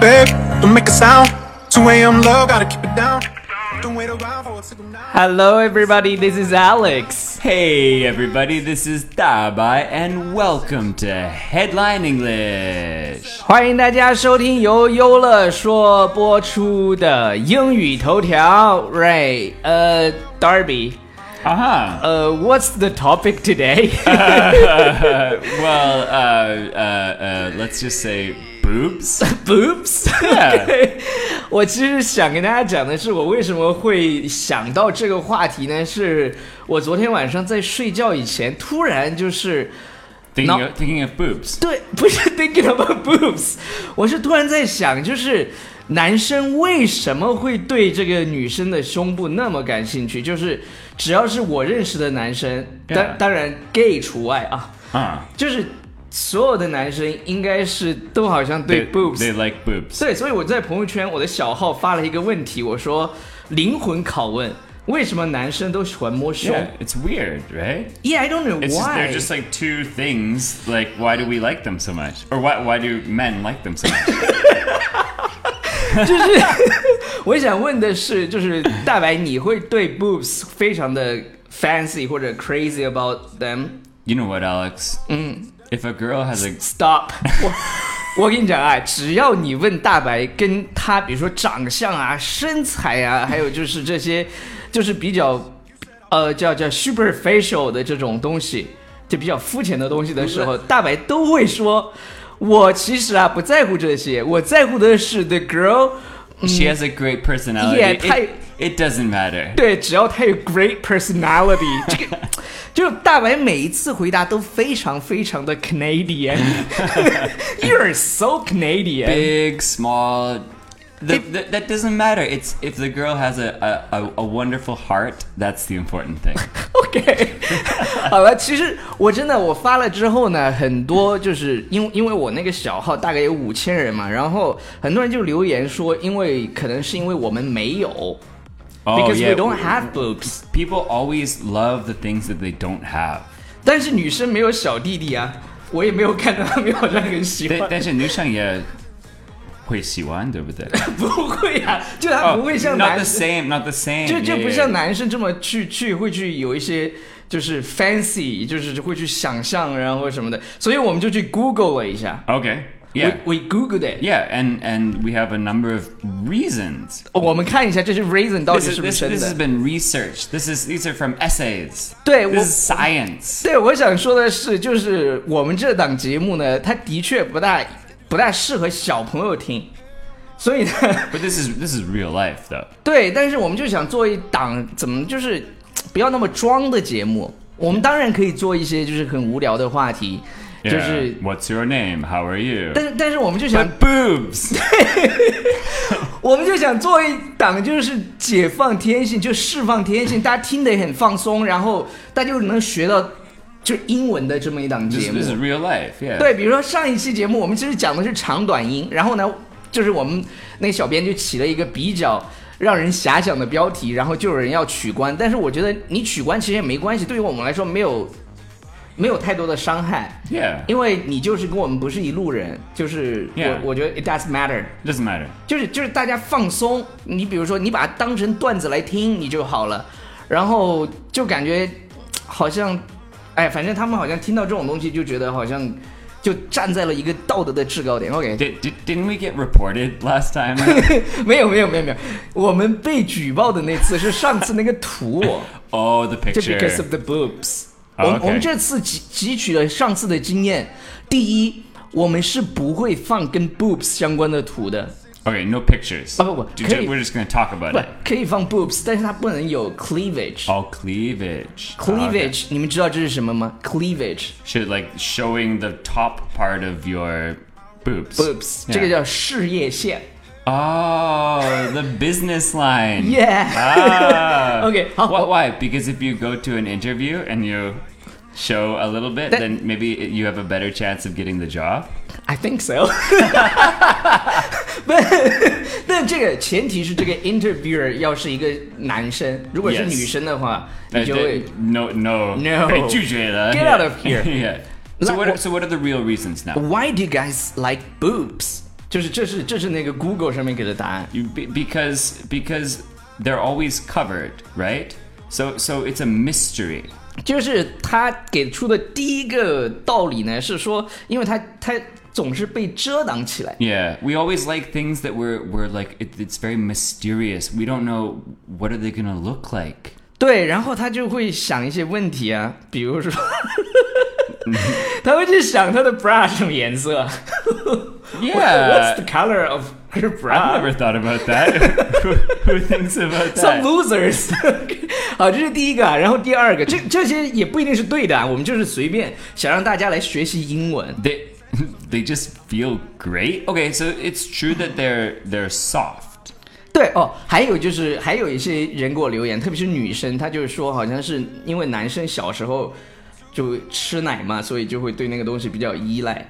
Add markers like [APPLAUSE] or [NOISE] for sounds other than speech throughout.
babe, don't make a sound. 2 a.m. low, gotta keep it down. Don't wait around for a signal now. Hello, everybody. This is Alex. Hey everybody, this is Dabai and welcome to Headline English. 欢迎大家收听由优乐说播出的英语头条。Ray，呃，Darby， Aha. [LAUGHS] 呃，What's the topic today？ [LAUGHS] Uh, well, uh, uh, uh, let's just say boobs. boobs 对。 [LAUGHS] 我其实想跟大家讲的是，我为什么会想到这个话题呢？是我昨天晚上在睡觉以前，突然就是。 Thinking, No. of, thinking of boobs. 对，不是 thinking about boobs，我是突然在想，就是男生为什么会对这个女生的胸部那么感兴趣？就是只要是我认识的男生，当 Yeah. 当然 gay 除外啊， Huh. 就是所有的男生应该是都好像对 They- boobs They like boobs. 对，所以我在朋友圈我的小号发了一个问题，我说灵魂拷问：为什么男生都喜欢摸胸 Yeah, it's weird, right? yeah. I don't know It's just, why. they're just like two things. Like, why do we like them so much? Or why, why do men like them so [LAUGHS] much? 我想问的是，就是大白，你会对 boobs 非常的 fancy 或者 crazy about them？ you know what, Alex? Mm. If a girl has a Stop！我我跟你讲啊，只要你问大白跟他，比如说长相啊、身材啊，还有就是这些，就是比较呃叫叫 superficial 的这种东西，就比较肤浅的东西的时候，大白都会说，我其实啊不在乎这些，我在乎的是 the girl。 She has a great Mm. personality. Yeah, It- type- it, doesn't matter. 对，只要他有 great [LAUGHS] personality，这个就是大白每一次回答都非常非常的 [LAUGHS] Canadian。You're so Canadian。 Big, small. The, the, that doesn't matter. It's if the girl has a, a, a, a wonderful heart. That's the important [LAUGHS] thing. [LAUGHS] OK，好了，其实我真的我发了之后呢，很多就是因为因为我那个小号大概有五千人嘛，然后很多人就留言说，因为可能是因为我们没有、b 哦 e c a u s e we don't have boobs，Oh, People always love the things that they don't have. 但是女生没有小弟弟啊，我也没有看到他们好像很喜欢但 [LAUGHS] -。但是女生也会喜欢，对不对？不会啊，就他 Oh, 不会像 not 男 the 生， same. Not the same. 就 yeah, 就 yeah, 不 yeah. 像男生这么去去会去有一些就是 fancy，就是会去想象，然后什么的。所以我们就去 Google 了一下 Okay. Yeah. ，we we Googled it，、 yeah, and and we have a number of reasons. 我们看一下这些 reason 到 This, 底 is, 是不是 this, 真 this 的 has。been researched. This is these are from essays. 对，我 This is science. 对，我想说的是，就是我们这档节目呢，它的确不大不大适合小朋友听，所以呢， [LAUGHS] But this is this is real life though. 对，但是我们就想做一档怎么就是不要那么装的节目。我们当然可以做一些就是很无聊的话题，就 Yeah. 是， What's your name? How are you? 但是但是我们就想， But boobs. 我们就想做一档就是解放天性，就释放天性，大家听得很放松，然后大家就能学到就英文的这么一档 This, 节 this is 目。 real life. Yeah. 对，比如说上一期节目我们其实讲的是长短音，然后呢，就是我们那个小编就起了一个比较。让人遐想的标题，然后就有人要取关，但是我觉得你取关其实也没关系，对于我们来说没有没有太多的伤害， Yeah. 因为你就是跟我们不是一路人，就是我 Yeah. 我觉得 it doesn't matter， Doesn't matter. 就是就是大家放松，你比如说你把它当成段子来听你就好了，然后就感觉嘖好像，哎，反正他们好像听到这种东西就觉得好像就站在了一个道德的制高点。OK， Did, did didn't we get reported last [LAUGHS] time? 没有没有没有没有，我们被举报的那次是上次那个图， oh, the 就 picture. because of the boobs。我哦们 OK 我们这次汲汲取了上次的经验，第一，我们是不会放跟 boobs 相关的图的。 Okay, no pictures. Oh, well, Ju- can ju- you- We're just gonna talk about 不 it. 可以放 boobs，但是它不能有 cleavage。 All cleavage. Okay. cleavage，、你们知道这是什么吗？cleavage Should like showing the top part of your boobs. boobs，、 Yeah. 这个叫事业线。 Oh, the business line. Yeah， [LAUGHS] Ah. Okay. Why, why? Because if you go to an interview and you show a little bit, That- then maybe it- you have a better chance of getting the job. I think so [LAUGHS] 不。但这个前提是这个 interviewer 要是一个男生，如果是 Yes 女生的话 Uh, 你就会 th- no, no, No. [LAUGHS] Hey, 拒绝了. Get Yeah. out of here. [LAUGHS] yeah. So Like what? Are, what- so what are the real reasons now? Why do you guys like boobs？就是这是这是那个 Google 上面给的答案。 You, be- because because they're always covered, right? So so it's a mystery. 就是他给出的第一个道理呢，是说，因为他他总是被遮挡起来。 Yeah, we always like things that we're we're like it, it's very mysterious. We don't know what are they gonna look like. 对，然后他就会想一些问题啊，比如 [LAUGHS] 说，他会去想他的 bra 什么颜色，What's the Yeah, color of her I've never bra？ thought about that. [LAUGHS] who, who thinks about Some that? losers，好， [LAUGHS] 这是第一个啊，然后第二个，这这些也不一定是对的啊，我们就是随便想让大家来学习英文。 they [LAUGHS] they just feel great. Okay, so it's true that they're they're soft. 对哦，还有就是还有一些人给我留言，特别是女生，她就是说好像是因为男生小时候就吃奶嘛，所以就会对那个东西比较依赖。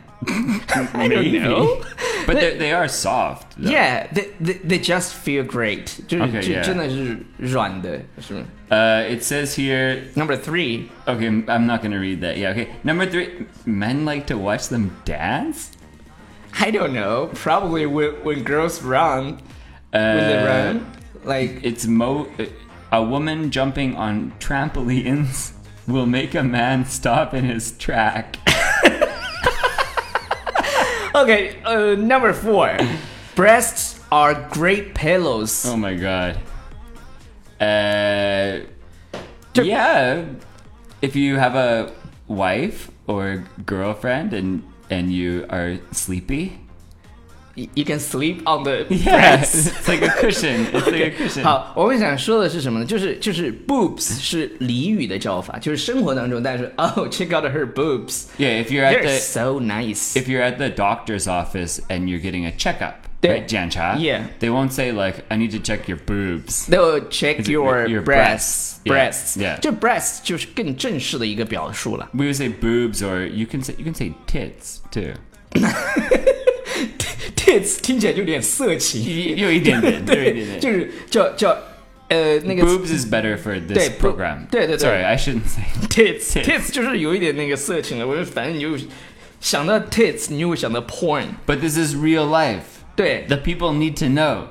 I don't Maybe. know. [LAUGHS] But they they are soft. though. Yeah, they they they just feel great，就是 Okay, 就 yeah. 真的是软的，是不是 Uh, it says here. ？Number three， Okay, I'm not gonna read that. Yeah. Okay. Number three. Men like to watch them dance. I don't know. Probably when when girls run, when they Uh, run, like it's mo. uh, A woman jumping on trampolines [LAUGHS] will make a man stop in his track. okay. Uh, number [LAUGHS] four, breasts are great pillows. Oh my god. Uh, Ju- yeah. If you have a wife or girlfriend and and you are sleepy, Y- You can sleep on the breasts. [LAUGHS] yes, it's like a cushion. It's like a cushion. 好，我们想说的是什么呢？就是就是 boobs 是俚语的叫法，就是生活当中，但是 [LAUGHS] oh check out her boobs，they're Yeah, if you're at the so nice。 if you're at the doctor's office and you're getting a checkup, They- right, Jancha? Yeah. They won't say like, "I need to check your boobs." No, check Is it your your breasts. breasts? Yeah, Breasts. yeah. 这 breasts 就是更正式的一个表述了。 We would say boobs, or you can say you can say tits too. [LAUGHS] Tits 听起来就有点色情，有一点点， [LAUGHS] 有一点点。就是叫叫呃那个 boobs is better for this 对，boob- program. 对，对，对。 Sorry, I shouldn't say. [LAUGHS] tits tits tits 就是有一点那个色情了。我就反正你就想到 tits，你就会想到 porn。 But this is real life. 对 The people need to know.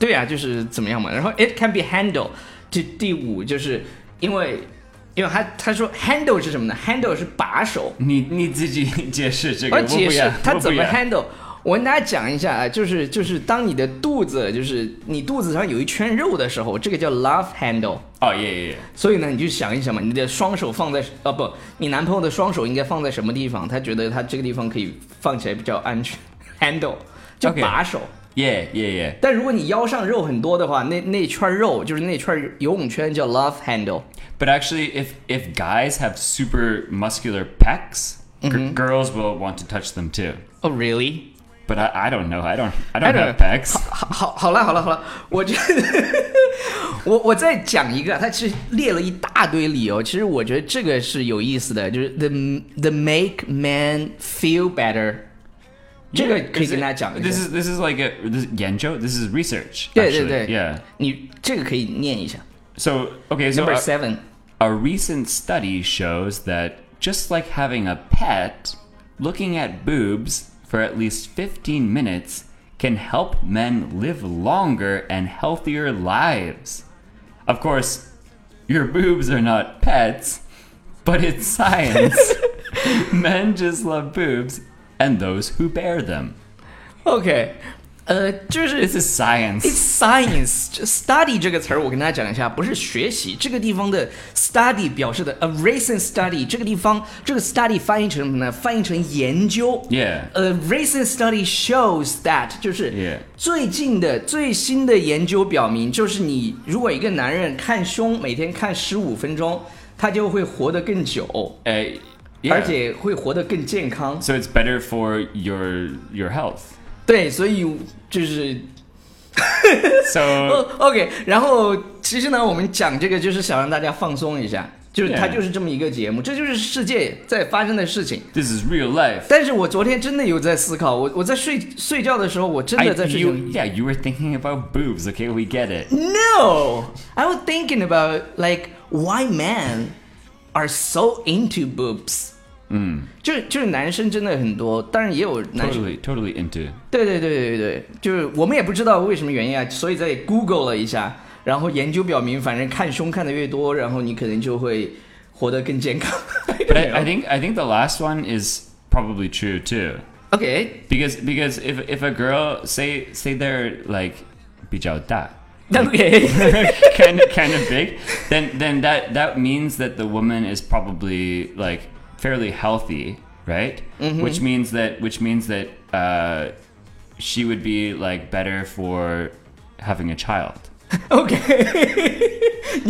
对啊，就是怎么样嘛。然后 it can be handled，这第五就是因为因为他他说 handle 是什么呢？handle 是把手。你- [LAUGHS] 你自己解释这个，我解释我不要，他怎么我不要。 handle。我跟大家讲一下啊，就是就是当你的肚子就是你肚子上有一圈肉的时候，这个叫 love handle。 Oh yeah, yeah, yeah. 所以呢，你就想一想嘛，你的双手放在啊不，你男朋友的双手应该放在什么地方？他觉得他这个地方可以放起来比较安全，handle 就 OK 把手。 Yeah, yeah, yeah. 但如果你腰上肉很多的话，那那圈肉就是那圈游泳圈叫 love handle。 But actually, if if guys have super muscular pecs, gir- girls will want to touch them too. Oh really？ But I, I don't know. I don't. I don't, I don't know. have pecs. 好好好了好了好了，我觉得我我再讲一个，他其实列了一大堆理由，其实我觉得这个是有意思的，就是 the the make man feel better，这个 Yeah, 可以 is it- 跟大家讲一 This 下。 is this is like a this, Yenjo. This is research. 对对 actually. 对 Yeah. 你这个可以念一下。 So okay. So uh, Number a- seven， A recent study shows that just like having a pet, looking at boobs for at least 15 minutes can help men live longer and healthier lives. Of course, your boobs are not pets, but it's science. men just love boobs and those who bear them. OK，呃，就是 This is science. It's science 这 study 这个词儿，我跟大家讲一下，不是学习。这个地方的 study 表示的 a recent study，这个地方这个 study 翻译成什么呢？翻译成研究。 Yeah. A recent study shows that 就是 Yeah. 最近的最新的研究表明，就是你如果一个男人看胸，每天看十五分钟，他就会活得更久， Uh, 而 yeah. 且会活得更健康。 So it's better for your your health. 对，所以就是 [LAUGHS] So OK，然后其实呢，我们讲这个就是想让大家放松一下，就是它 Yeah. 就是这么一个节目，这就是世界在发生的事情。 this is real life. 但是我昨天真的有在思考，我我在睡睡觉的时候，我真 I, 的在睡觉 you,。yeah, you were thinking about boobs. Okay, we get it. No, I was thinking about like why men are so into boobs. 嗯，就是就是男生真的很多，当然也有男生 Totally, totally into. 对对对对对，就是我们也不知道为什么原因啊，所以在 Google 了一下，然后研究表明，反正看胸看的越多，然后你可能就会活得更健康。 But I, I think I think the last one is probably true too. OK， Because because if if a girl say say they're like 比较大,那 OK， [LAUGHS] kind of kind of big, then then that that means that the woman is probably like fairly healthy, right? Which means that which means that uh, she would be like better for having a child. OK， [LAUGHS]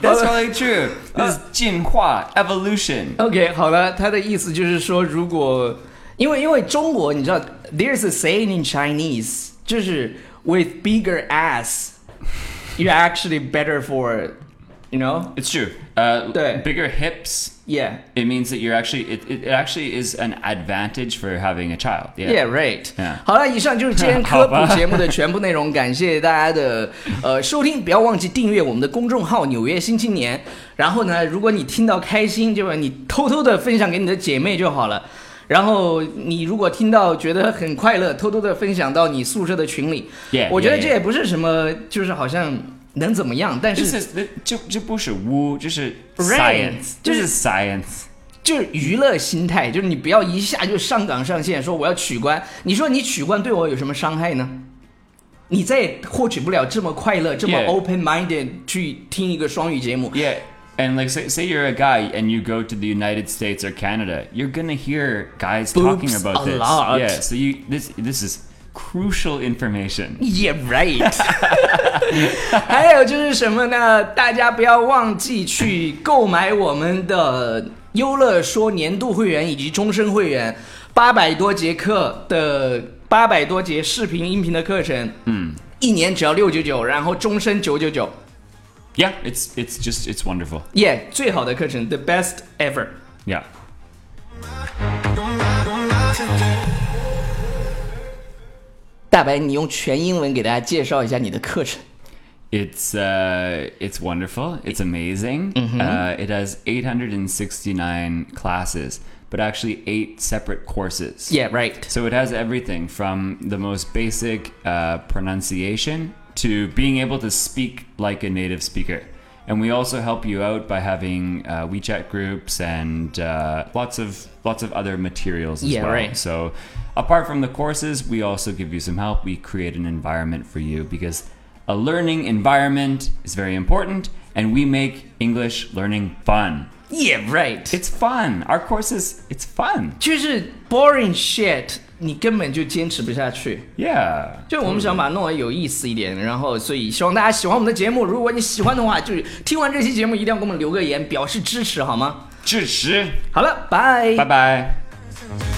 That's probably true. This is 进化 evolution. OK，好了，他的意思就是说，如果因为因为中国，你知道，there's a saying in Chinese，就是 with bigger ass，you actually better for，you know，yeah， It's true. Uh, 对。 bigger hips. It means that you're actually it, it it actually is an advantage for having a child. Yeah, right. Yeah. 好了，以上就是今 [LAUGHS] 天科好吧普节目的全部内容，感谢大家的呃收听，不要忘记订阅我们的公众号《纽约新青年》。然后呢，如果你听到开心，就把你偷偷的分享给你的姐妹就好了。然后你如果听到觉得很快乐，偷偷的分享到你宿舍的群里 Yeah, 我觉得 yeah, 这 yeah. 也不是什么，就是好像能怎么样，但是 This is this, 这这不是污，这是 Right. science. This 就是- is science. 就是娱乐心态，就是你不要一下就上纲上线，说我要取关。你说你取关对我有什么伤害呢？你再也获取不了这么快乐、这么 Yeah. open minded 去听一个双语节目。 Yeah, and like say, say you're a guy and you go to the United States or Canada, you're gonna hear guys talking Boobs about a this. lot. Yeah, so you this this is crucial information. Yeah, right 。 [LAUGHS] 还有就是什么呢？大家不要忘记去购买我们的优乐说年度会员以及终身会员，八百多节课的八百多节视频、音频的课程，嗯，一年只要六九九，然后终身九九九。 Yeah, it's it's just it's wonderful. Yeah，最好的课程，the best ever。 Yeah. Don't lie, don't lie to me. 大白，你用全英文给大家介绍一下你的课程。 It's uh, it's wonderful. It's amazing. Uh, it has 869 classes, but actually eight separate courses. Yeah, right. So it has everything from the most basic uh, pronunciation to being able to speak like a native speaker. And we also help you out by having uh, WeChat groups and uh, lots of lots of other materials as Yeah, well. right. So apart from the courses, we also give you some help. We create an environment for you because a learning environment is very important, and we make English learning fun. Yeah, right. It's fun. Our courses, it's fun. 就是 boring shit，你根本就坚持不下去。 Yeah. 就我们想把它弄得有意思一点，然后所以希望大家喜欢我们的节目。如果你喜欢的话，就是听完这期节目一定要给我们留个言，表示支持好吗？支持。好了，拜拜拜。